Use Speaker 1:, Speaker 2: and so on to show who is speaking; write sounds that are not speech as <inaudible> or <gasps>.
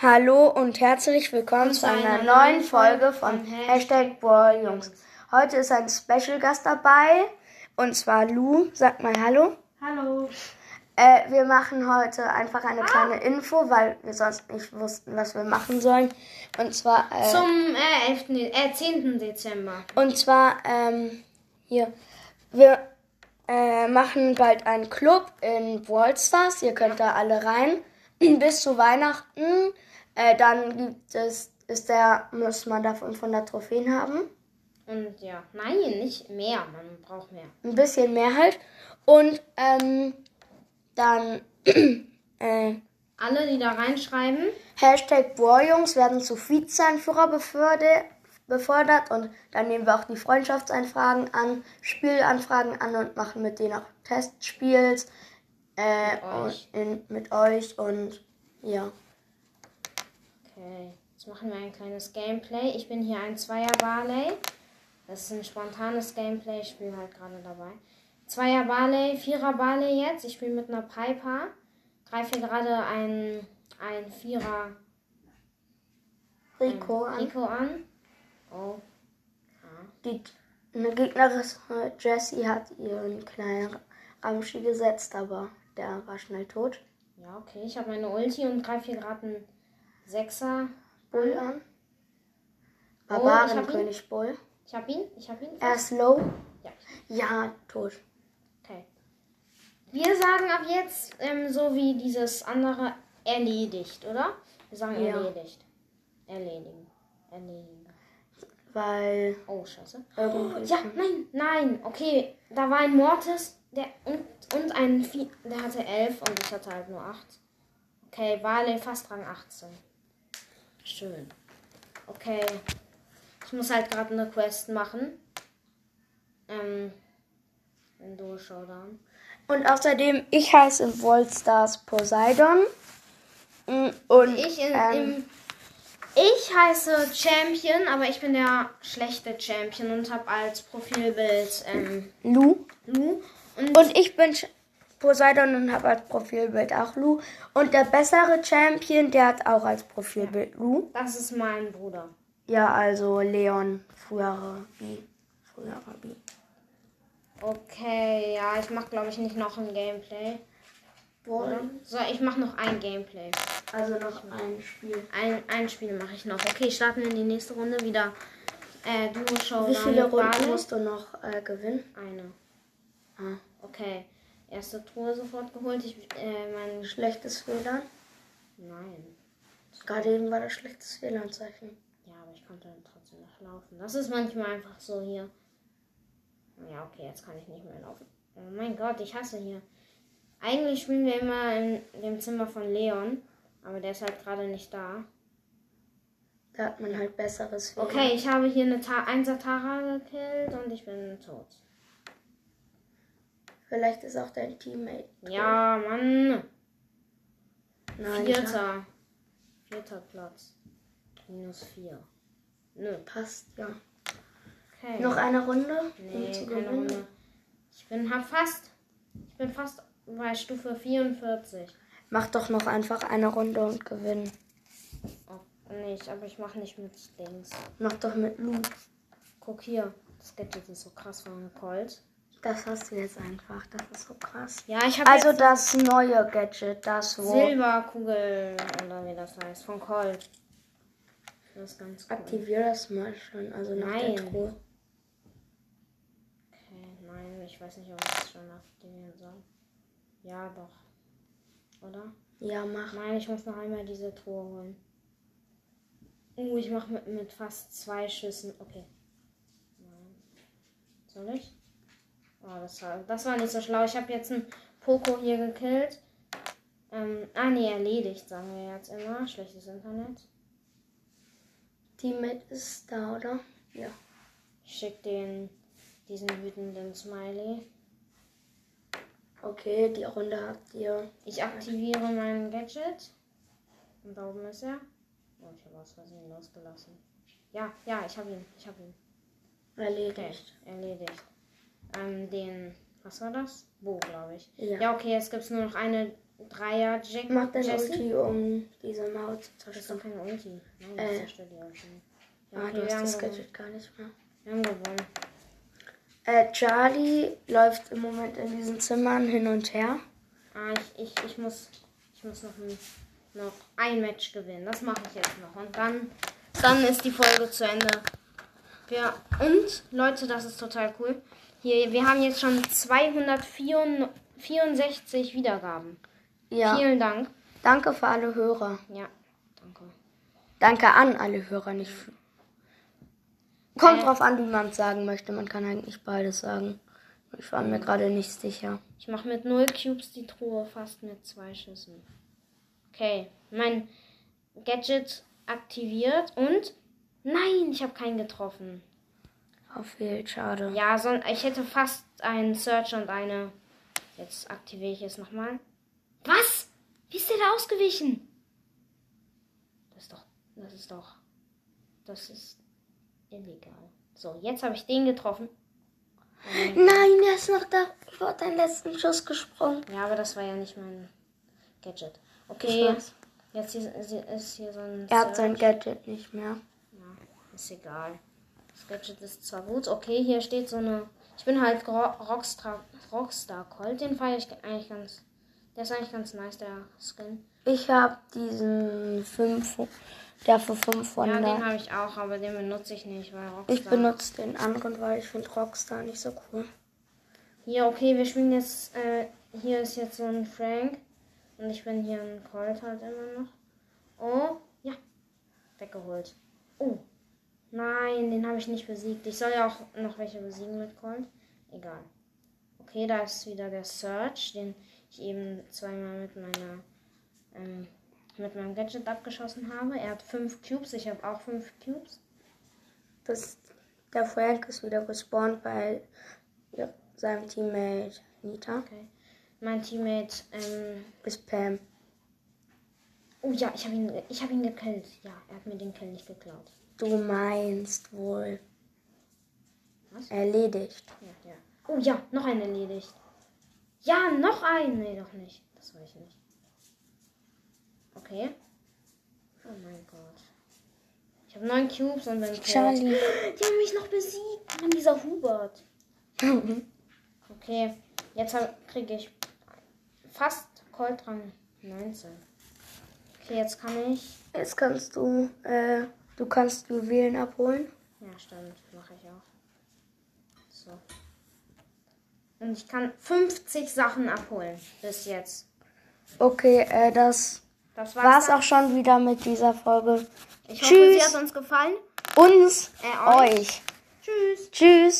Speaker 1: Hallo und herzlich willkommen zu einer neuen Folge von Hashtag Bohrjungs. Heute ist ein Special Gast dabei und zwar Lou. Sag mal Hallo.
Speaker 2: Hallo.
Speaker 1: Äh, wir machen heute einfach eine kleine Info, weil wir sonst nicht wussten, was wir machen sollen. Und zwar, äh,
Speaker 2: Zum äh, 11., De- äh, 10. Dezember.
Speaker 1: und zwar ähm, hier. Wir äh, machen bald einen Club in Wallstars. Ihr könnt da alle rein. <clears throat> Bis zu Weihnachten. Äh, dann gibt es, ist der, muss man da 500 Trophäen haben.
Speaker 2: Und ja, nein, nicht mehr. Man braucht mehr.
Speaker 1: ein bisschen mehr halt. Und ähm, dann <clears throat> äh,
Speaker 2: Alle, die da reinschreiben,
Speaker 1: Hashtag Bohrjungs werden zu Vizeanführer beförde- befördert und dann nehmen wir auch die Freundschaftseinfragen an, Spielanfragen an und machen mit denen auch Testspiels äh,
Speaker 2: Mit
Speaker 1: und
Speaker 2: euch.
Speaker 1: in, mit euch und ja.
Speaker 2: Okay, jetzt machen wir ein kleines Gameplay. Ich bin hier ein Zweier Barley. Das ist ein spontanes Gameplay. Ich spiele halt gerade dabei. Zweier Barley, Vierer Barley jetzt. Ich spiele mit einer Piper. Greife hier gerade ein, ein Vierer ein
Speaker 1: Rico an.
Speaker 2: Rico an. Oh.
Speaker 1: Die, eine Gegnerin äh, Jessie hat ihren kleinen Ramschi gesetzt, aber der war schnell tot.
Speaker 2: Ja, okay. Ich habe meine Ulti und greife hier gerade einen Sechser.
Speaker 1: Bull an.
Speaker 2: Oh, Mhm. ich hab
Speaker 1: Barbarenkönig Bull.
Speaker 2: Ich hab ihn, ich hab ihn.
Speaker 1: Er ist low.
Speaker 2: Ja.
Speaker 1: Ja, tot.
Speaker 2: Okay. Wir sagen ab jetzt, ähm, so wie dieses andere, erledigt, oder? Wir sagen
Speaker 1: Ja.
Speaker 2: erledigt. Erledigen. Erledigen.
Speaker 1: Weil
Speaker 2: Oh, scheiße.
Speaker 1: irgendwie.
Speaker 2: Ja, nein, nein. Okay, da war ein Mortis der, und, und ein Vieh, der hatte 11 und ich hatte halt nur 8. Okay, Barley fast Rang 18. Schön. Okay. Ich muss halt gerade eine Quest machen. Ähm. Ein Duo-Showdown.
Speaker 1: Und außerdem, ich heiße in Volstars Poseidon. Mm, Und
Speaker 2: Ich, in,
Speaker 1: ähm,
Speaker 2: im, ich heiße Champion, aber ich bin der schlechte Champion und habe als Profilbild ähm,
Speaker 1: Lu.
Speaker 2: Lu. Und,
Speaker 1: Und ich bin Sch- Poseidon und habe als Profilbild auch Lu. Und der bessere Champion, der hat auch als Profilbild Lu.
Speaker 2: das ist mein Bruder.
Speaker 1: Ja, also Leon, früherer Bi. Früherer Bi.
Speaker 2: Okay, ja, ich mache glaube ich nicht noch ein Gameplay. Oder? So, ich mache noch ein Gameplay.
Speaker 1: Also noch ein Spiel.
Speaker 2: Ein, ein Spiel mache ich noch. Okay, starten wir in die nächste Runde wieder. Äh, Duo Showdown.
Speaker 1: Wie viele
Speaker 2: mit
Speaker 1: Runden
Speaker 2: Barley.
Speaker 1: musst du noch äh, gewinnen?
Speaker 2: Eine.
Speaker 1: Ah.
Speaker 2: Okay. Erste Truhe sofort geholt. Ich, äh, mein.
Speaker 1: Schlechtes WLAN?
Speaker 2: Nein.
Speaker 1: Gerade eben war das schlechtes WLAN-Zeichen.
Speaker 2: Ja, aber ich konnte dann trotzdem noch laufen. Das ist manchmal einfach so hier. Ja, okay, jetzt kann ich nicht mehr laufen. Oh mein Gott, ich hasse hier. Eigentlich spielen wir immer in dem Zimmer von Leon, aber der ist halt gerade nicht da.
Speaker 1: Da hat man halt besseres WLAN.
Speaker 2: Okay, ich habe hier eine Ta 1er Tara gekillt und ich bin tot.
Speaker 1: Vielleicht ist auch dein Teammate.
Speaker 2: Ja, Mann.
Speaker 1: Nein, ne? ja,
Speaker 2: Vierter. Vierter Platz. Minus vier. Nö.
Speaker 1: passt, ja.
Speaker 2: Okay.
Speaker 1: Noch eine Runde? um
Speaker 2: Nee,
Speaker 1: zu
Speaker 2: keine
Speaker 1: gewinnen?
Speaker 2: Runde. Ich bin hab fast. Ich bin fast bei Stufe 44.
Speaker 1: Mach doch noch einfach eine Runde und gewinn.
Speaker 2: Oh, nicht, aber ich mache nicht mit Dings.
Speaker 1: Mach doch mit Lu.
Speaker 2: Guck hier. Das Gadget ist so krass von Colt.
Speaker 1: Das hast du jetzt einfach. Das ist so krass.
Speaker 2: Ja, ich habe
Speaker 1: Also
Speaker 2: jetzt
Speaker 1: das neue Gadget, das wo
Speaker 2: Silberkugel oder wie das heißt. Von Colt. Das ist ganz cool.
Speaker 1: Aktivier das mal schon, also nach
Speaker 2: Nein.
Speaker 1: der Truhe.
Speaker 2: Okay, nein, ich weiß nicht, ob ich das schon aktivieren soll. Ja, doch. Oder?
Speaker 1: Ja, mach.
Speaker 2: Nein, ich muss noch einmal diese Truhe holen. Oh, ich mache mit, mit fast zwei Schüssen. Okay. Nein. Soll ich? Oh, das war, das war nicht so schlau. Ich habe jetzt einen Poco hier gekillt. Ähm, ah, nee, erledigt, sagen wir jetzt immer. Schlechtes Internet.
Speaker 1: Teammate ist da, oder? Ja.
Speaker 2: Ich schicke den, diesen wütenden Smiley.
Speaker 1: Okay, die Runde habt ihr.
Speaker 2: Ich aktiviere mein Gadget. Und da oben ist er. Oh, ich habe aus Versehen losgelassen. Ja, ja, ich habe ihn. Ich habe ihn. Okay,
Speaker 1: Erledigt.
Speaker 2: erledigt. Ähm, den, was war das? Bo, glaube ich.
Speaker 1: Ja.
Speaker 2: Ja, okay, jetzt gibt es nur noch eine Dreier, Jack,
Speaker 1: Macht dein
Speaker 2: Jesse.
Speaker 1: Ulti, um diese Maus zu
Speaker 2: Das ist doch
Speaker 1: zerstören.
Speaker 2: keine Ulti. Nein,
Speaker 1: Äh.
Speaker 2: das zerstört die Ulti. Ja, genau.
Speaker 1: Ah,
Speaker 2: okay,
Speaker 1: du
Speaker 2: wir,
Speaker 1: hast
Speaker 2: haben
Speaker 1: das
Speaker 2: gewonnen.
Speaker 1: Gadget gar nicht mehr.
Speaker 2: wir haben gewonnen.
Speaker 1: Äh, Charlie läuft im Moment in diesen Zimmern hin und her.
Speaker 2: Ah, ich, ich, ich muss, ich muss noch ein, noch ein Match gewinnen. Das mache ich jetzt noch. Und dann, dann ist die Folge zu Ende. Ja, und Leute, das ist total cool. Hier, wir haben jetzt schon 264 Wiedergaben.
Speaker 1: Ja.
Speaker 2: Vielen Dank.
Speaker 1: Danke für alle Hörer.
Speaker 2: Ja, danke.
Speaker 1: Danke an alle Hörer, nicht. für- Kommt
Speaker 2: Äh.
Speaker 1: drauf an, wie man es sagen möchte. Man kann eigentlich beides sagen. Ich war mir gerade nicht sicher.
Speaker 2: Ich mache mit 0 Cubes die Truhe fast mit zwei Schüssen. Okay, mein Gadget aktiviert und nein, ich habe keinen getroffen.
Speaker 1: Verfehlt, schade.
Speaker 2: Ja, son ich hätte fast einen Search und eine. Jetzt aktiviere ich es nochmal. Was? Wie ist der da ausgewichen? Das ist doch. Das ist doch. Das ist illegal. So, jetzt habe ich den getroffen.
Speaker 1: Nein, der ist noch da vor deinen letzten Schuss gesprungen.
Speaker 2: Ja, aber das war ja nicht mein Gadget.
Speaker 1: Ich
Speaker 2: Okay.
Speaker 1: weiß.
Speaker 2: Jetzt hier, ist hier so ein.
Speaker 1: Er hat
Speaker 2: Search.
Speaker 1: sein Gadget nicht mehr.
Speaker 2: Ja, ist egal. Das Gadget ist zwar gut, okay, hier steht so eine. Ich bin halt Gro- Rockstar, Rockstar Colt, den feier ich eigentlich ganz. Der ist eigentlich ganz nice, der Skin.
Speaker 1: Ich habe diesen 5, der für 500.
Speaker 2: Ja, den habe ich auch, aber den benutze ich nicht, weil Rockstar.
Speaker 1: ich benutze den anderen, weil ich finde Rockstar nicht so cool.
Speaker 2: Hier, okay, wir spielen jetzt. Äh, hier ist jetzt so ein Frank. Und ich bin hier ein Colt halt immer noch. Oh, ja. Weggeholt. Oh. Nein, den habe ich nicht besiegt. Ich soll ja auch noch welche besiegen mit Colt. Egal. Okay, da ist wieder der Search, den ich eben zweimal mit meiner. Ähm, mit meinem Gadget abgeschossen habe. Er hat fünf Cubes, ich habe auch fünf Cubes.
Speaker 1: Das, der Frank ist wieder gespawnt bei ja, seinem Teammate Nita.
Speaker 2: Okay. Mein Teammate ähm,
Speaker 1: Ist Pam.
Speaker 2: Oh ja, ich habe ihn, ich habe ihn gekillt. Ja, er hat mir den Kill nicht geklaut.
Speaker 1: Du meinst wohl.
Speaker 2: Was?
Speaker 1: Erledigt.
Speaker 2: Ja, ja. Oh ja, noch einen erledigt. Ja, noch einen. Nee, doch nicht. Das war ich nicht. Okay. Oh mein Gott. Ich habe neun Cubes und bin tot.
Speaker 1: Charlie.
Speaker 2: <gasps> Die haben mich noch besiegt. Mann, dieser Hubert. Okay, jetzt kriege ich fast Colt Rang 19. Okay, jetzt kann ich...
Speaker 1: Jetzt kannst du, äh, du kannst Juwelen abholen.
Speaker 2: Ja, stimmt. Mache ich auch. So. Und ich kann 50 Sachen abholen. Bis jetzt.
Speaker 1: Okay, äh, das
Speaker 2: Das war's.
Speaker 1: war's
Speaker 2: dann.
Speaker 1: auch schon wieder mit dieser Folge.
Speaker 2: Ich hoffe, sie
Speaker 1: Tschüss.
Speaker 2: hat uns gefallen.
Speaker 1: Uns,
Speaker 2: Äh, euch.
Speaker 1: euch.
Speaker 2: Tschüss.
Speaker 1: Tschüss.